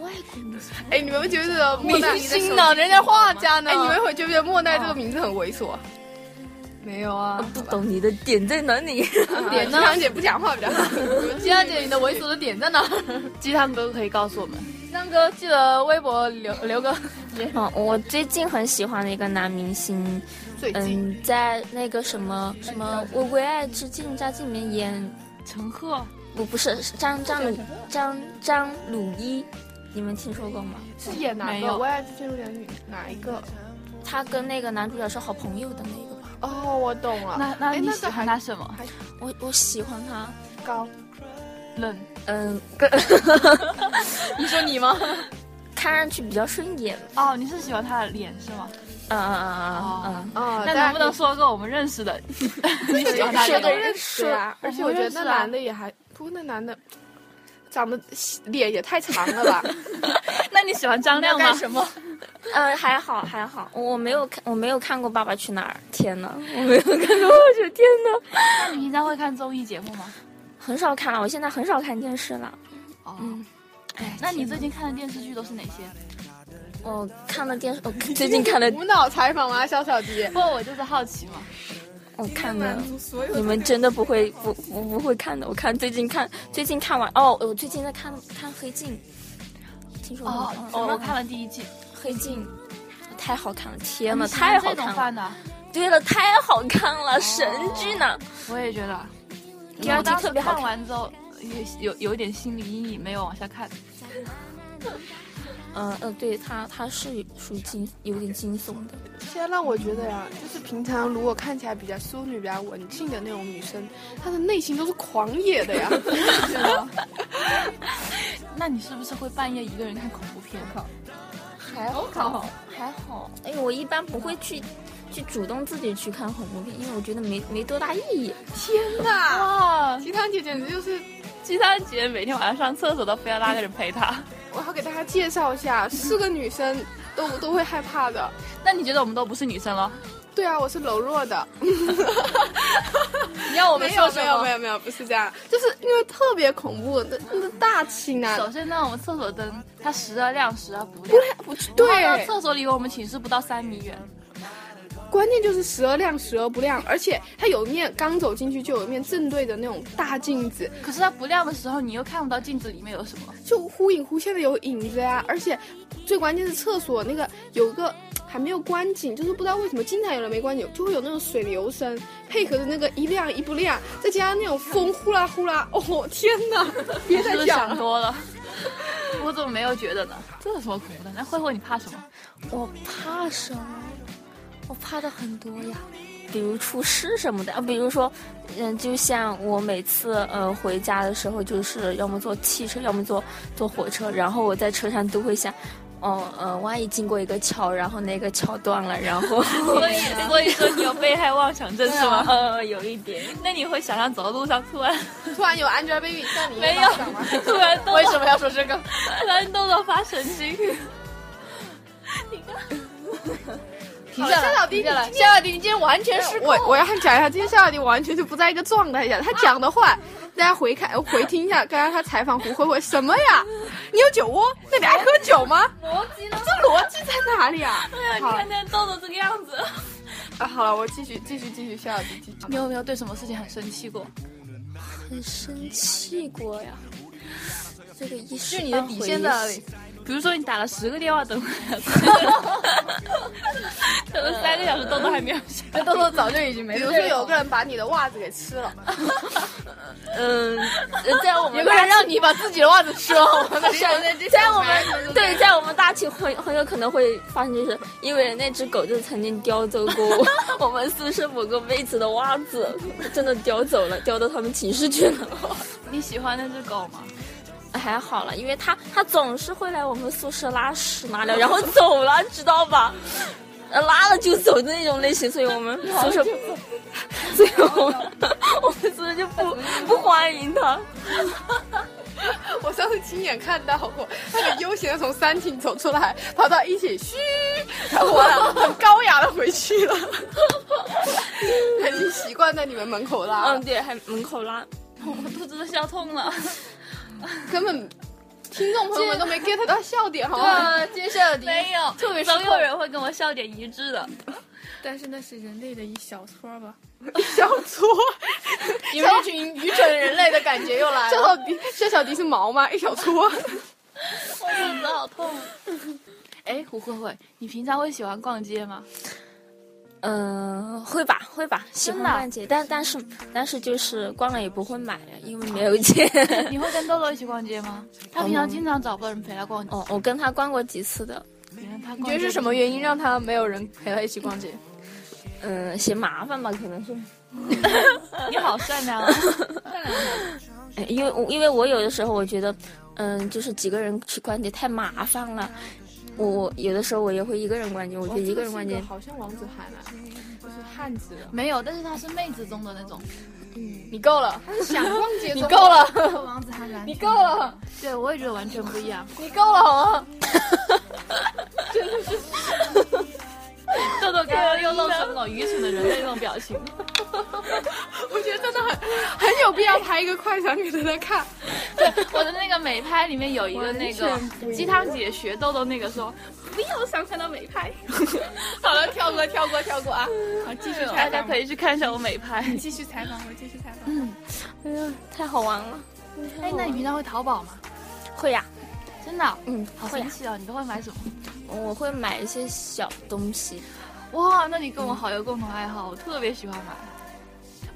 S4: 外国明星，
S3: 哎，你们觉不觉得莫奈？
S1: 星呢？人家画家呢？
S3: 哎，你们会觉不觉得莫奈这个名字很猥琐？没有啊，
S4: 不懂你的点在哪里？
S3: 点呢？堂姐不讲话比较好。
S2: 嗯
S1: 金安姐，你的猥琐的点在哪？
S2: 鸡汤哥可以告诉我们。
S1: 张哥，记得微博留留个
S4: 嗯，我最近很喜欢的一个男明星，
S3: 最近
S4: 嗯，在那个什么什么《我为爱之境家》里面演，
S2: 陈赫
S4: 不不是是张张鲁张张鲁一，你们听说过吗？
S3: 是演哪
S2: 没
S3: 个？
S2: 有
S3: 我也是进入点女哪一个？
S4: 他跟那个男主角是好朋友的那个吧？
S3: 哦，我懂了。
S2: 那那
S3: 哎
S2: 你
S3: 那
S2: 喜
S3: 个
S2: 欢
S3: 还
S2: 他什么？
S4: 我我喜欢他，
S3: 高
S2: 冷，
S4: 嗯，
S1: 你说你吗？
S4: 看上去比较顺眼，
S2: 哦，你是喜欢他的脸是吗？
S4: 嗯嗯嗯嗯
S3: 啊，
S2: 那
S3: 大家
S2: 能不能说个我们认识的？ 你喜欢他
S3: 谁
S2: 的
S3: 都
S2: 脸？
S3: 认识啊？而且我觉得那男的也还，不过那男的长得脸也太长了吧？
S2: 那你喜欢张亮吗
S1: 干？什么？
S4: 嗯，呃，还好还好，我没有看我没有看过《爸爸去哪儿》，天呐，我没有看 过《爸爸去天呐，
S2: 那你平常会看综艺节目吗？
S4: 很少看了，我现在很少看电视了。
S2: 哦，
S4: 嗯哎，
S2: 那你最近看的电视剧都是哪些？
S4: 我看了电视，我最近看了，
S3: 无脑采访啊，小小迪。
S2: 不，我就是好奇嘛。
S4: 我看了
S7: 满。足所有
S4: 你们真的不会不不不会看的，我看最近看最近看完哦，我最近在看看《黑镜》，听说过
S2: 哦
S4: 吗？，
S2: 哦，我看了第一季。
S4: 《黑镜》，太好看了，天呐，
S2: 你喜欢
S4: 太好
S2: 这种啊
S4: 看了！
S2: 饭的，
S4: 对了，太好看了，神剧呢！
S2: 我也觉得。
S4: 第二
S2: 我
S4: 季
S2: 当时
S4: 特别好
S2: 看
S4: 看，
S2: 完之后，有有有一点心理阴影，没有往下看。
S4: 嗯呃，对，它它是属于惊有点惊悚的，
S3: 现在让我觉得呀、就是平常如果看起来比较淑女、比较文静的那种女生，她的内心都是狂野的 呀。
S2: 那你是不是会半夜一个人看恐怖片？
S4: 还好还好，哎，我一般不会去。去主动自己去看恐怖片，因为我觉得没没多大意义。
S3: 天哪！
S2: 哇，
S3: 鸡汤姐简直就是，
S2: 鸡汤姐每天晚上上厕所都非要拉个人陪 她。
S3: 我要给大家介绍一下，是个女生都都会害怕的。
S2: 那你觉得我们都不是女生了？
S3: 对啊，我是柔 弱的。
S1: 你要我
S3: 没
S1: 们说
S3: 有
S1: 什
S3: 没有没
S1: 么？
S3: 有没有，不是这样，就是因为特别恐怖，那那大气男，
S2: 首先呢，我们厕所灯它时而亮，时而不亮。
S3: 我去
S2: 然后呢
S3: 对，
S2: 厕所离我们寝室不到三米远。
S3: 关键就是时而亮时而不亮，而且它有一面刚走进去就有一面正对着那种大镜子，
S2: 可是它不亮的时候，你又看不到镜子里面有什么。
S3: 就忽隐忽现的有影子呀、而且最关键是厕所那个有一个还没有关紧，就是不知道为什么经常有人没关紧，就会有那种水流声，配合着那个一亮一不亮，再加上那种风呼啦呼啦，哦天哪！别
S2: 是
S3: 再
S2: 不是
S3: 讲
S2: 想
S3: 了，
S2: 多 了？我怎么没有觉得呢？这有什么恐怖的？那慧慧你怕什么？
S4: 我怕什么？我怕的很多呀，比如出事什么的啊，比如说，嗯，就像我每次呃回家的时候，就是要么坐汽车，要么坐坐火车，然后我在车上都会想。哦，呃，万一经过一个桥，然后那个桥断了，然后，
S2: 所以所以说你有被害妄想症是吗？ 哦
S4: 呃，有一点，
S2: 那你会想象走到路上突然
S3: 突然有 Angelababy 像你一样
S2: 没有
S3: 想吗
S2: 突 然动
S1: 为
S2: 了
S1: 什么要说这个？
S2: 突然动了发神 经？
S1: 停下来，
S3: 夏小迪
S1: 停下来，夏小迪，你今天完全失控。
S3: 我我要讲一下，今天夏小迪完全就不在一个状态下，他讲的话，大家回看回听一下刚刚他采访胡慧慧什么呀？你有酒窝？那你还喝酒吗？
S2: 逻辑呢？
S3: 这逻辑在哪里啊？好
S2: 那豆豆这个样子，
S3: 啊，好了，我继续继续继续下继续。
S2: 你有没有对什么事情很生气过？
S4: 很生气过呀。这个一时
S1: 是你的底线在哪里？
S2: 比如说你打了十个电 话等我，等了三个小时，豆豆还没有下。
S1: 那豆豆早就已经没
S3: 比
S1: 事
S3: 如
S1: 了。
S3: 说有个人把你的袜子给吃了，
S4: 嗯，呃在我
S1: 有
S4: 们
S1: 个
S4: 大
S1: 人让你把自己的袜子吃了，我那
S4: 在在我们对，在我们大庆很很有可能会发生这事，因为那只狗就曾经叼走过 我我们宿舍某个妹子的袜子，真的叼走了，叼到他们寝室去了。
S2: 你喜欢那只狗吗？
S4: 还好了，因为它它总是会来我们宿舍拉屎拉 尿，然后走了，知道吧？呃拉了就走的那种类型，所以我们宿舍， 所以我们 我们宿舍就不不欢迎它。
S3: 我上次亲眼看到过，他很悠闲的从山顶走出来，跑到一起嘘，然 后我很高雅的回去了， 已经习惯在你们门口拉了
S4: 嗯，，对，还门口拉。
S2: 我肚子都笑痛 了。
S3: 根本听众朋友们都没 get 到笑点，好吗？
S1: 啊，接下来的
S2: 没有，
S1: 特别是
S2: 总有人会跟我笑点一致的。
S7: 但是那是人类的一小撮吧。
S3: 小撮，
S1: 你们这群愚蠢人类的感觉又来
S3: 这
S1: 了。
S3: 小迪，这小迪是毛吗？一小撮，
S2: 我肚子好痛。哎，胡慧慧，你平常会喜欢逛街 吗？
S4: 嗯，会吧，会吧，喜欢
S2: 真的
S4: 逛街，但但是但是就是逛了也不会买了，因为没有钱。
S2: 你会跟豆豆一起逛街吗？他平
S1: 嗯
S2: 常经常找不到人陪他逛街，
S4: 哦，我跟他逛过几次的，
S2: 你让他
S1: 你
S2: 逛
S1: 觉
S2: 街
S1: 得是什么原因让他没有人陪他一起逛街？
S4: 嗯，嫌麻烦吧，可能是，
S2: 你好善良啊！
S4: 哎因为我因为我有的时候我觉得，嗯，就是几个人去逛街太麻烦了。我我有的时候我也会一个人逛街，我觉
S2: 哦
S4: 得一个人逛街，
S3: 好像王子涵啊，就是汉子，
S2: 没有，但是他是妹子中的那种。嗯
S1: 你够了，
S3: 想逛街
S1: 你够了，
S7: 和王子涵完
S1: 你够了，
S2: 对，我也觉得完全不一样。
S1: 你够了好 吗？
S2: 豆豆刚刚又露出那种愚蠢的人类那种表情。
S3: 我觉得真的很很有必要拍一个快闪给大家看。
S2: 我的那个美拍里面有一个那个鸡汤姐学豆豆那个说，不要伤害到美 拍。
S3: 好了，跳过，跳过，跳过啊！
S7: 好，继续
S2: 大
S7: 采
S2: 家
S7: 访
S2: 可
S7: 我，
S2: 以去看一下我美拍。
S7: 继续采访我，继续采访。
S4: 哎呀，太好玩了。
S2: 哎，那你平常会淘宝吗？
S4: 会呀、
S2: 真的哦，
S4: 嗯，
S2: 好
S4: 会呀
S2: 神、奇哦！你都会买什么？
S4: 我会买一些小东西，
S2: 哇，那你跟我好有共同爱好，我特别喜欢买。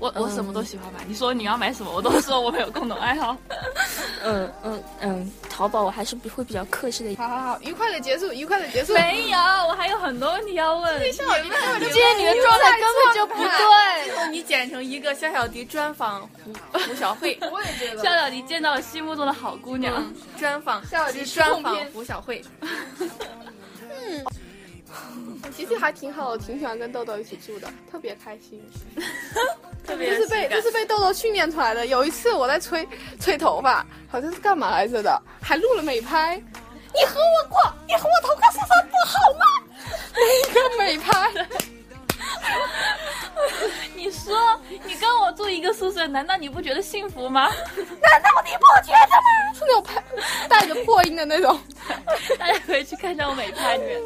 S2: 我我什么都喜欢买，你说你要买什么，我都说我们有共同爱 好。
S4: 嗯嗯嗯，淘宝我还是比会比较克制的。
S3: 好好好，愉快的结束，愉快的结束。
S2: 没有，我还有很多问题要问。
S1: 今天你的状态根本就不对。
S6: 后你剪成一个肖小迪专访胡胡小慧，
S3: 我也觉嗯
S2: 笑笑，你见到了心目中的好姑娘。
S6: 专访
S3: 肖小迪
S6: 只专
S3: 控
S6: 访
S3: 片
S6: 胡小慧。
S3: 嗯 其实还挺好，我挺喜欢跟豆豆一起住的，特别开 心。
S6: 特
S3: 这
S6: 别
S3: 是被这是被豆豆训练出来的。有一次我在吹吹头发，好像是干嘛来着的，还录了美拍。你和我过，你和我头发上上不好吗？那个美拍，
S2: 你说你跟我住一个宿舍，难道你不觉得幸福吗？
S3: 是那种拍带着破音的那种。
S2: 大家可以去看一下我美拍里面。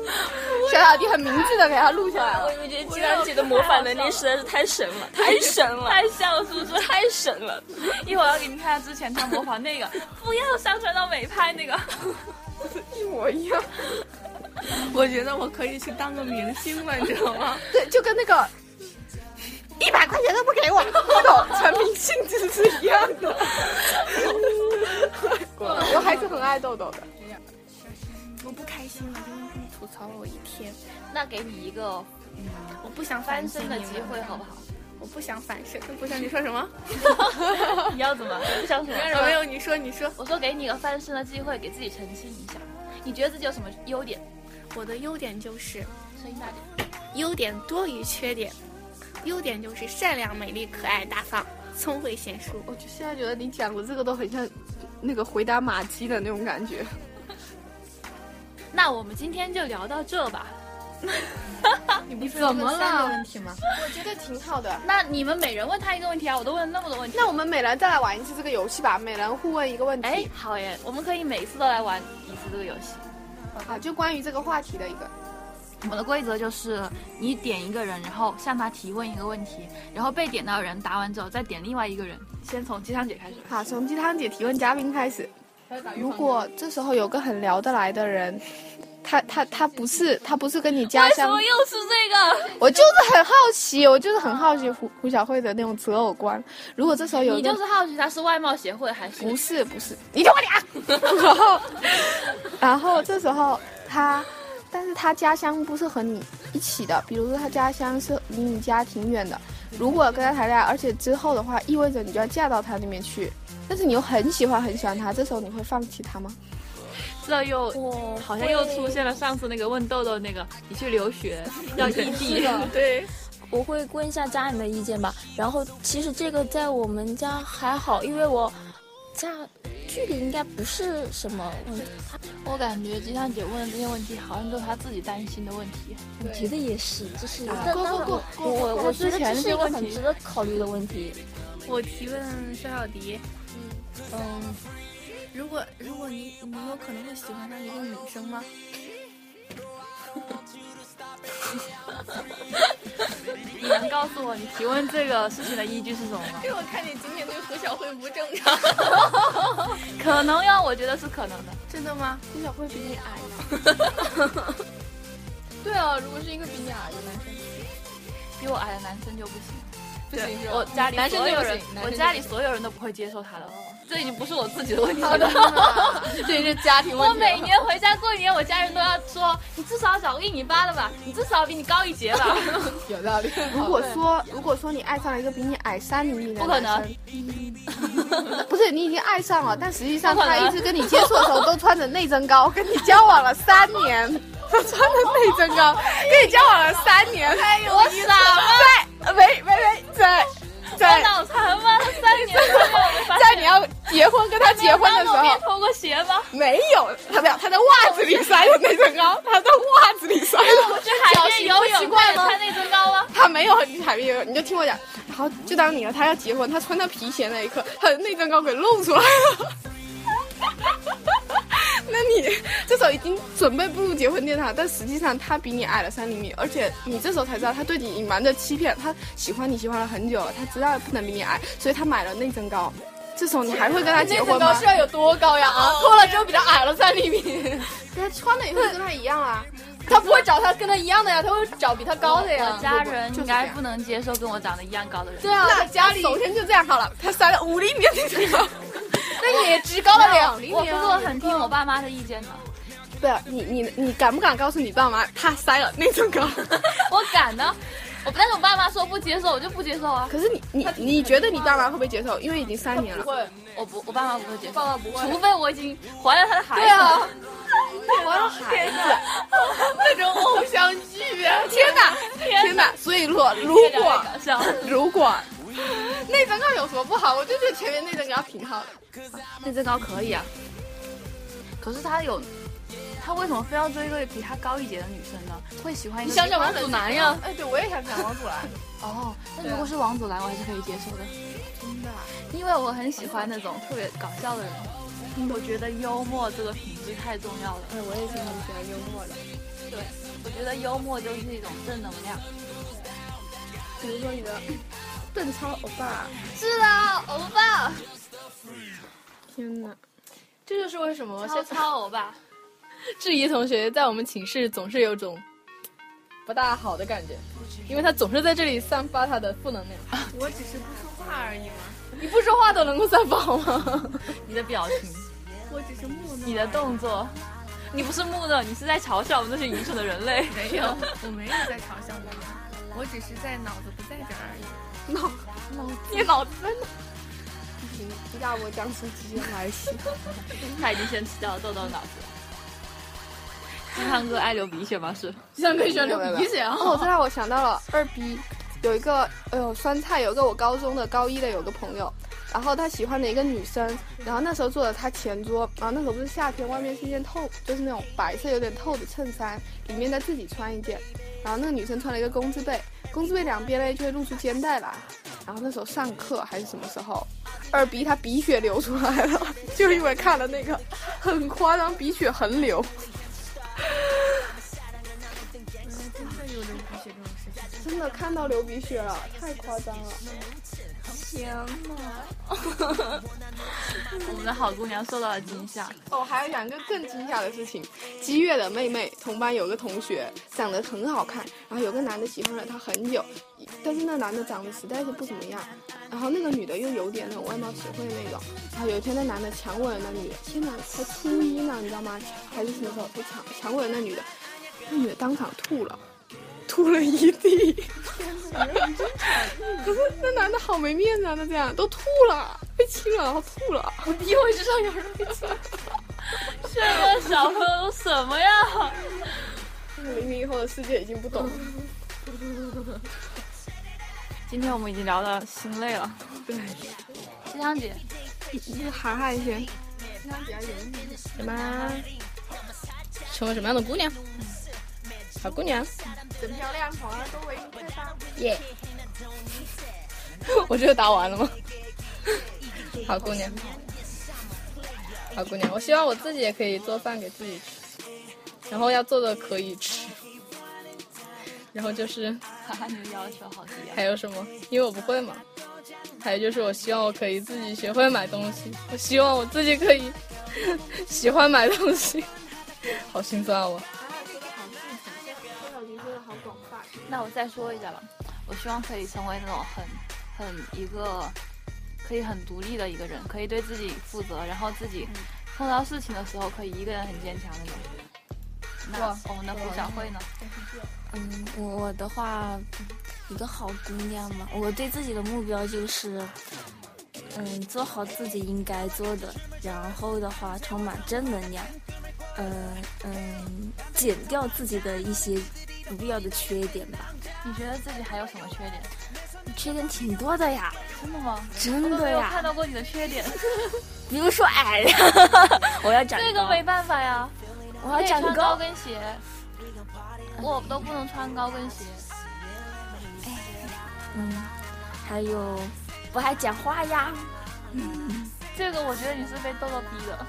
S3: 小小弟很明智的给他录下来了。
S4: 我觉得金兰姐的模仿能力实在是太神了，太神了，
S2: 太笑是不是？
S4: 太神了！
S2: 一会儿要给你看之前他模仿那个，不要上传到美拍那个。
S3: 一模一样，
S6: 我觉得我可以去当个明星了，你知道吗？
S3: 对，就跟那个一百块钱都不给我那种产品性质是一样 的。我还是很爱豆豆的。
S7: 我不开心了，因为你吐槽了我一天，
S2: 那给你一个
S7: 我不想
S2: 翻
S7: 反省
S2: 身的机会，好
S7: 不
S2: 不
S7: 好？
S2: 好？
S7: 我不想反 省，不想你说什么？哦
S2: 你要怎么？我不啊想什么？
S6: 有没有？你说，你说，
S2: 我说给你一个翻身的机会，给自己澄清一下。你觉得自己有什么优点？
S7: 我的优点就是
S2: 声音大点。
S7: 优点多于缺点，优点就是善良、美丽、可爱、大方、聪慧贤淑。
S3: 我就现在觉得你讲的这个都很像那个回答马基的那种感觉。
S2: 那我们今天就聊到这吧。
S6: 你不是
S2: 怎么
S6: 问三个
S2: 了
S6: 问题吗？
S3: 我觉得挺好的。
S2: 那你们每人问他一个问题啊，我都问了那么多问题。
S3: 那我们每人再来玩一次这个游戏吧，每人互问一个问题。
S2: 哎，好耶，我们可以每一次都来玩一次这个游戏。
S3: 啊，就关于这个话题的一个。
S2: 我的规则就是，你点一个人，然后向他提问一个问题，然后被点到的人答完之后再点另外一个人。先从鸡汤姐开始。
S3: 好，从鸡汤姐提问嘉宾开始。如果这时候有个很聊得来的人，他他他不是他不是跟你家乡，
S2: 又是这个？
S3: 我就是很好奇，我就是很好奇胡胡小慧的那种择偶观。如果这时候有一
S2: 你
S3: 个
S2: 就是好奇他是外貌协会还是
S3: 不是不是，你听我讲。然后， 然后这时候他，但是他家乡不是和你一起的，比如说他家乡是离你家挺远的。如果跟他谈恋爱，而且之后的话，意味着你就要嫁到他那边去。但是你又很喜欢很喜欢他，这时候你会放弃他吗？
S2: 这又好像又出现了上次那个问豆豆那个，你去留学要异地，
S6: 对，
S4: 我会问一下家人的意见吧。然后其实这个在我们家还好，因为我家距离应该不是什么问题。
S2: 我感觉鸡汤姐问的这些问题，好像都是她自己担心的问题。
S4: 我觉得也是，就是
S3: 啊
S4: 但
S3: 过
S4: 当
S3: 过
S4: 然
S3: 过
S2: 我我我
S4: 我觉
S2: 之
S4: 得
S2: 前
S4: 这是一
S2: 这
S4: 个
S2: 问
S4: 很
S2: 题
S4: 值，得考虑的问题。
S7: 我提问肖小迪，
S4: 嗯，
S7: 如果如果你你有可能会喜欢上一个女生吗？
S2: 你能告诉我你提问这个事情的依据是什么吗？
S6: 我看你今天对胡小慧不正常。
S2: 可能哟，我觉得是可能的。
S7: 真的吗？
S3: 小慧比你矮吗？
S6: 对啊，如果是一个比你矮的男生，
S2: 比我矮的男生就不行，
S6: 不行是吧？
S2: 我家里
S6: 男生
S2: 所
S6: 就
S2: 有
S6: 不
S2: 人
S6: 行，，男
S2: 我
S6: 生就不行哦
S2: 家里所有人都不会接受他了。这已经不是我自己的问题
S6: 好的
S2: 了。，
S6: 这是家庭问
S2: 我
S6: 题。
S2: 每年回家过年，我家人都要说：“你至少找个一米八的吧，你至少比你高一截 吧。
S6: 有道理。
S3: 如果说如果说你爱上了一个比你矮三厘米的
S2: 不可
S3: 男生， 不是你已经爱上了，但实际上
S2: 不可
S3: 他
S2: 能
S3: 一直跟你接触的时候都穿着内增 高，跟你交往了三年，都穿着内增高，跟你交往了三年，
S2: 哎我
S3: 对，
S2: 傻吗？
S3: 喂喂喂，在
S2: 我
S3: 在
S2: 脑残吗？他三年都没有被发现
S3: 在你要结婚跟他结婚的时
S2: 我没有
S3: 候，
S2: 脱过鞋吗？
S3: 没有，他没有，他在袜子里摔的那增高，他在袜子里摔的。
S2: 哎去海边游 泳，他也穿内增高吗？
S3: 他没有你海边游泳，你就听我讲。然后就当你和他要结婚，他穿他皮鞋那一刻，他的内增高给露出来了。那你这时候已经准备步入结婚殿堂，但实际上他比你矮了三厘米，而且你这时候才知道他对你隐瞒着欺骗，他喜欢你喜欢了很久了，他知道不能比你矮，所以他买了内增高。这时候你还会跟他啊结
S6: 内
S3: 婚
S6: 增高
S3: 吗
S6: 是？要有多高呀？啊，脱了之后比他矮了三厘米，
S3: 他穿的也会跟他一样啊。
S6: 他不会找他跟他一样的呀，他会找比他高的呀
S3: 哦
S2: 我。家人应该不能接受跟我长得一样高的人。
S6: 对啊，他家里
S3: 首先就这样好了，他塞了五厘米的 内增高。
S6: 那也只高了两厘
S2: 我
S6: 米
S2: 不
S6: 啊。
S2: 过很听我爸妈的意见 的，
S3: 对啊，你你你敢不敢告诉你爸妈他塞了内增高？
S2: 我敢呢。我但是我爸妈说不接受，我就不接受啊。
S3: 可是你你你觉得你爸妈会不会接受？因为已经三年
S6: 不
S3: 了。
S6: 会，
S2: 我不，我爸妈不会接受
S6: 爸，爸不会。
S2: 除非我已经怀了他的孩子。
S6: 对啊，
S3: 我有孩子，
S6: 那种偶像剧啊，
S3: 天哪天
S2: 天
S3: 哪！所以如果如
S2: 越聊越
S3: 果
S2: 搞笑。
S3: 如果内增高有什么不好？我就觉得前面内增高挺好的。
S2: 内增高可以啊，可是他有，他为什么非要追一个比他高一截的女生呢？会喜欢一个
S6: 你想想
S2: 比
S6: 王
S2: 他
S6: 祖
S2: 高
S6: 蓝呀，
S3: 哎，对，我也想讲王祖蓝。
S2: 哦，那如果是王祖蓝，我还是可以接受的。
S3: 真的啊？
S2: 因为我很喜欢那种特别搞笑的人，我觉得幽默这个品质太重要了。
S3: 哎，我也是很喜欢幽默的。
S2: 我觉得幽默就是一种正能量。
S3: 比如说你的邓超欧巴。
S2: 是啊，欧巴，
S3: 天哪！
S6: 这就是为什么
S2: 超超欧巴，
S1: 质疑同学在我们寝室总是有种不大好的感觉，因为他总是在这里散发他的负能量。
S7: 我只是不说话而已嘛，
S1: 你不说话都能够散发吗？
S2: 你的表情，
S7: 我只是木讷。
S2: 你的动作，你不是木讷，你是在嘲笑我们这些愚蠢的人类。
S7: 没有，我没有在嘲笑你，我只是在脑子不在这儿而已。
S2: 你脑子在哪？
S3: 你不要我讲出直接来西。
S2: 他已经先吃掉了豆豆的脑子。鸡汤哥爱流鼻血吗？是。
S1: 像可以选流鼻血啊！
S3: 哦，我知道，我想到了二逼，有一个，哎呦，酸菜，有一个我高中的高一的有个朋友，然后他喜欢的一个女生，然后那时候坐在他前桌，然后那时候不是夏天，外面是一件透，就是那种白色有点透的衬衫，里面再自己穿一件，然后那个女生穿了一个工字被，工字被两边呢就会露出肩带来，然后那时候上课还是什么时候，二逼他鼻血流出来了，就因为看了那个，很夸张，鼻血横流，真的看到流鼻血了，太夸张了。
S2: 我们的好姑娘受到了惊吓，
S3: 哦，还有两个更惊吓的事情。姬月的妹妹同班有个同学长得很好看，然后有个男的喜欢了她很久，但是那男的长得实在是不怎么样，然后那个女的又有点那种外貌协会那种。然后有一天那男的强吻了那女的，天哪，才初一呢，你知道吗？还是什么时候？他强强吻了那女的，那女的当场吐了。吐了一地， 可是那男的好没面子啊！那这样都吐了，被亲了，然后吐了。
S2: 因为知道有人被抢。什么小朋友什么呀？
S3: 零零后的世界已经不懂了。
S2: 今天我们已经聊到心累了。对，西江姐，
S7: 涵涵先。
S1: 什么？成为什么样的姑娘？好姑娘。
S7: 很漂亮，好啊，都围着吧。
S1: 耶、 我这个答完了吗？ 好姑娘，好姑娘，我希望我自己也可以做饭给自己吃，然后要做的可以吃，然后就是
S2: 哈哈，你的要求好低啊！
S1: 还有什么？因为我不会嘛。还有就是，我希望我可以自己学会买东西，我希望我自己可以 喜欢买东西， 好心酸啊我！
S2: 那我再说一下吧，我希望可以成为那种很很一个可以很独立的一个人，可以对自己负责，然后自己碰到事情的时候可以一个人很坚强那种。那嗯我们的胡小慧呢？
S4: 嗯，我我的话，一个好姑娘嘛，我对自己的目标就是，嗯，做好自己应该做的，然后的话充满正能量，嗯嗯，减掉自己的一些不必要的缺点吧，
S2: 你觉得自己还有什么缺点？
S4: 缺点挺多的呀，
S2: 真的吗？
S4: 真
S2: 我都
S4: 的
S2: 没有
S4: 呀
S2: 看，到过你的缺点，
S4: 比如说矮呀， 我要长
S2: 这个
S4: 高，
S2: 没办法呀。
S4: 我
S2: 我
S4: 要
S2: 可以
S4: 长
S2: 穿
S4: 高
S2: 高，跟鞋，我都不能穿高跟鞋。
S4: 嗯，还有不爱讲话呀，
S2: 这个我觉得你是被豆豆逼的。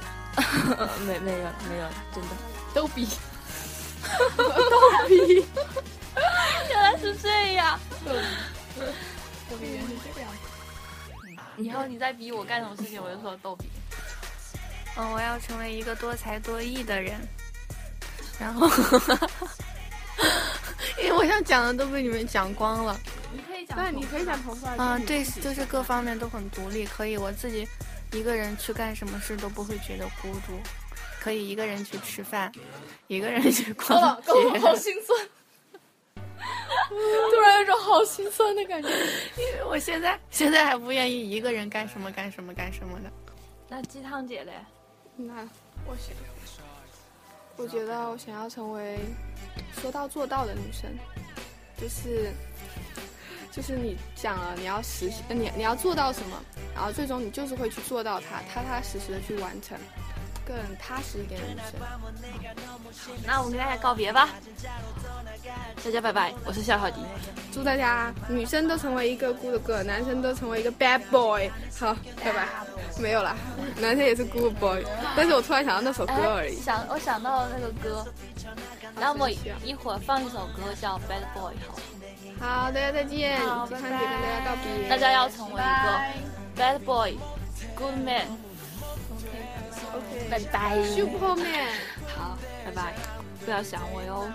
S4: 呃没没有没有，真的。
S1: 逗比，
S2: 原来是这样。以后你再逼我干什么事情，我就说逗比。
S7: 嗯，我要成为一个多才多艺的 人，然后，因为我想讲的都被你们讲光了。
S2: 你可以讲。
S3: 那你可以染头发。
S7: 嗯、对，就是各方面都很独立，可以我自己一个人去干什么事都不会觉得孤独，可以一个人去吃饭，一个人去
S1: 够
S7: 逛
S3: 哦
S1: 了够
S7: 街
S1: 了，。好心酸， 突然有一种好心酸的感觉。
S7: 我现在现在还不愿意一个人干什么干什么干什么的。
S2: 那鸡汤姐嘞？
S3: 那我想，我觉得我想要成为说到做到的女生，就是就是你讲了你要实呃你你要做到什么，然后最终你就是会去做到它，踏踏实实的去完成，更踏实一点的女生。
S2: 那我们跟大家告别吧，大家拜拜。我是夏小迪，
S3: 祝大家女生都成为一个 good girl，男生都成为一个 bad boy。好，拜拜。没有啦，男生也是 good boy，但是我突然想到那首歌而已。
S2: 哎想我想到了那个歌，
S7: 呃
S2: 那我一会儿放一首歌叫《Bad Boy》好了，
S3: 好，大家再见，
S7: 好
S3: 鸡汤
S7: 拜
S3: 姐跟大家道别。
S2: 大家要成为一个 Bad Boy、Good Man。
S3: 拜拜，Superman。
S2: 好，拜拜，不要想我哟。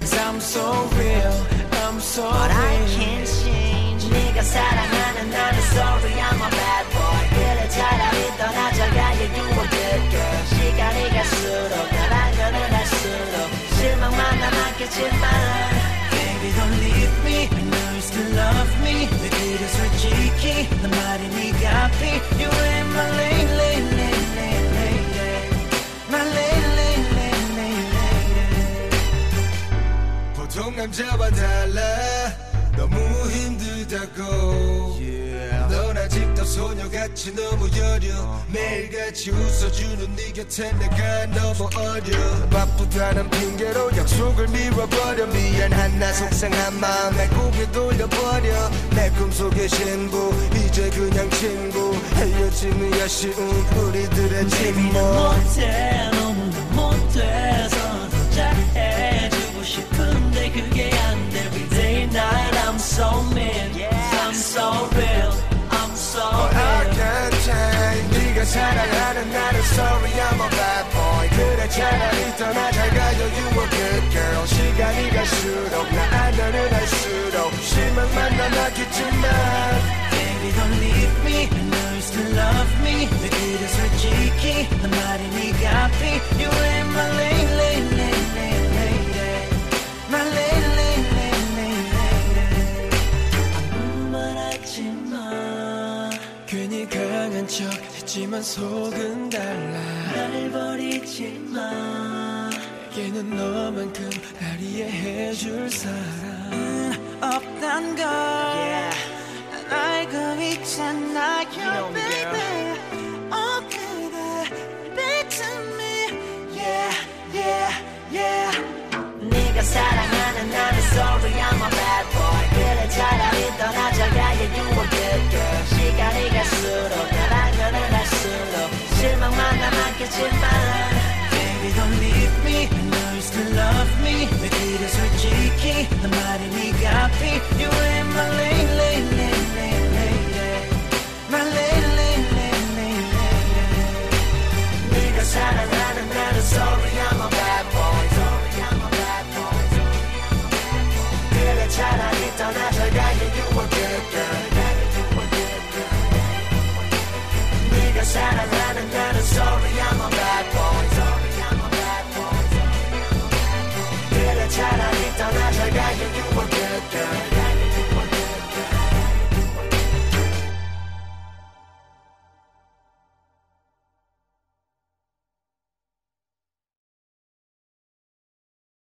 S8: Cause I'm so real, I'm so but real. I can't change. 네가 사랑하는 나는 sorry, I'm a bad boy. 그래 차라리 떠나자가 you were good girl. 시간이 갈수록 날 알면은 할수록 실망만 남았겠지만. Baby don't leave me, I know you still love me. 내 길을 솔직히 난 말이 네가 앞이. You ain't my lady, lady, lady, lady. My lady, lady, lady, lady.
S9: 보통 남자와 달라 너무 힘들다고 떠나지 소녀같이 너무 여려 매일같이 웃어주는 네 곁에 내가 너무 어려 바쁘다는 핑계로 약속을 미워버려 미안한 나 속상한 마음에 고개 돌려버려 내 꿈속의 신부 이제 그냥 친구 헤어짐이 아쉬운 우리들의
S8: 재미는
S9: 침묵
S8: 못해 너무 못해서 도착해주고 싶은데 그게 안돼 Every day and night I'm so mean I'm so real I'm so
S9: I
S8: real
S9: can't change 네가 사랑하는 나는 sorry I'm a bad boy 그래 차라리 떠나잘 가요 you a good girl 시간이 갈수록 나 안전을 할수록 실망만 남았겠지만
S8: Baby don't leave me I know you still love me 내 길을 솔직히 한 말이 네가 앞이 You ain't my lady lady lady lady My lady lady lady lady 아무 말 하지 마
S9: 괜히 강한 척 했지만 속은 달라
S8: 날 버리지 마
S9: 걔는 너만큼 날 이해해줄 사람
S8: 없단 걸 난 알고 있잖아 your baby Oh baby baby to me Yeah yeah yeah 네가 사랑하는 나는 sorry I'm a bad boy 그래 차라리 떠나자가 yeah you a good girl 시간이 갈수록 날 안겨는 할수록 실망만 남았겠지만 Baby don't leave me I know you still love me 내 길을 솔직히 난 말이 네가 앞이 You ain't my lady lady lady lady My lady lady lady lady 네가 사랑하는 나는 sorry I'm a bad boy Sorry I'm a bad boy 그래 차라리 떠나자 가게 You a good girl 네가 사랑하는